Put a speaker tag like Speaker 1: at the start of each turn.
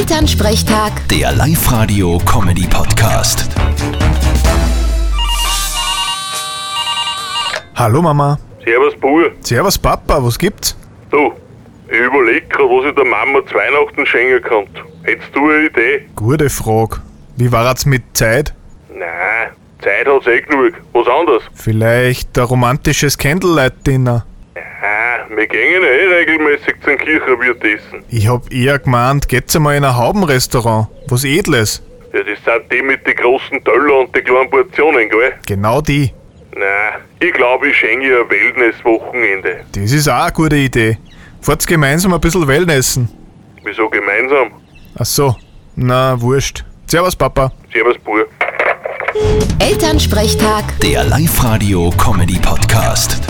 Speaker 1: Elternsprechtag,
Speaker 2: Der Live-Radio-Comedy-Podcast.
Speaker 3: Hallo Mama.
Speaker 4: Servus, Bub.
Speaker 3: Servus Papa, was gibt's?
Speaker 4: Du, ich überleg grad, was ich der Mama zu Weihnachten schenken könnte. Hättest du eine Idee?
Speaker 3: Gute Frage. Wie war's mit Zeit?
Speaker 4: Nein, Zeit hat's eh genug. Was anderes?
Speaker 3: Vielleicht ein romantisches Candlelight-Dinner?
Speaker 4: Ah, wir gehen ja eh regelmäßig zum Kirchenwirt essen.
Speaker 3: Ich hab eher gemeint, geht's einmal in ein Haubenrestaurant. Was Edles.
Speaker 4: Ja, das sind die mit den großen Töller und den kleinen Portionen, gell?
Speaker 3: Genau die.
Speaker 4: Nein, ich glaube, ich schenke ihr ein Wellness-Wochenende.
Speaker 3: Das ist auch eine gute Idee. Fahrt's gemeinsam ein bisschen Wellnessen.
Speaker 4: Wieso gemeinsam?
Speaker 3: Ach so. Na, wurscht. Servus Papa.
Speaker 4: Servus, Bub.
Speaker 1: Elternsprechtag.
Speaker 2: Der Live-Radio-Comedy-Podcast.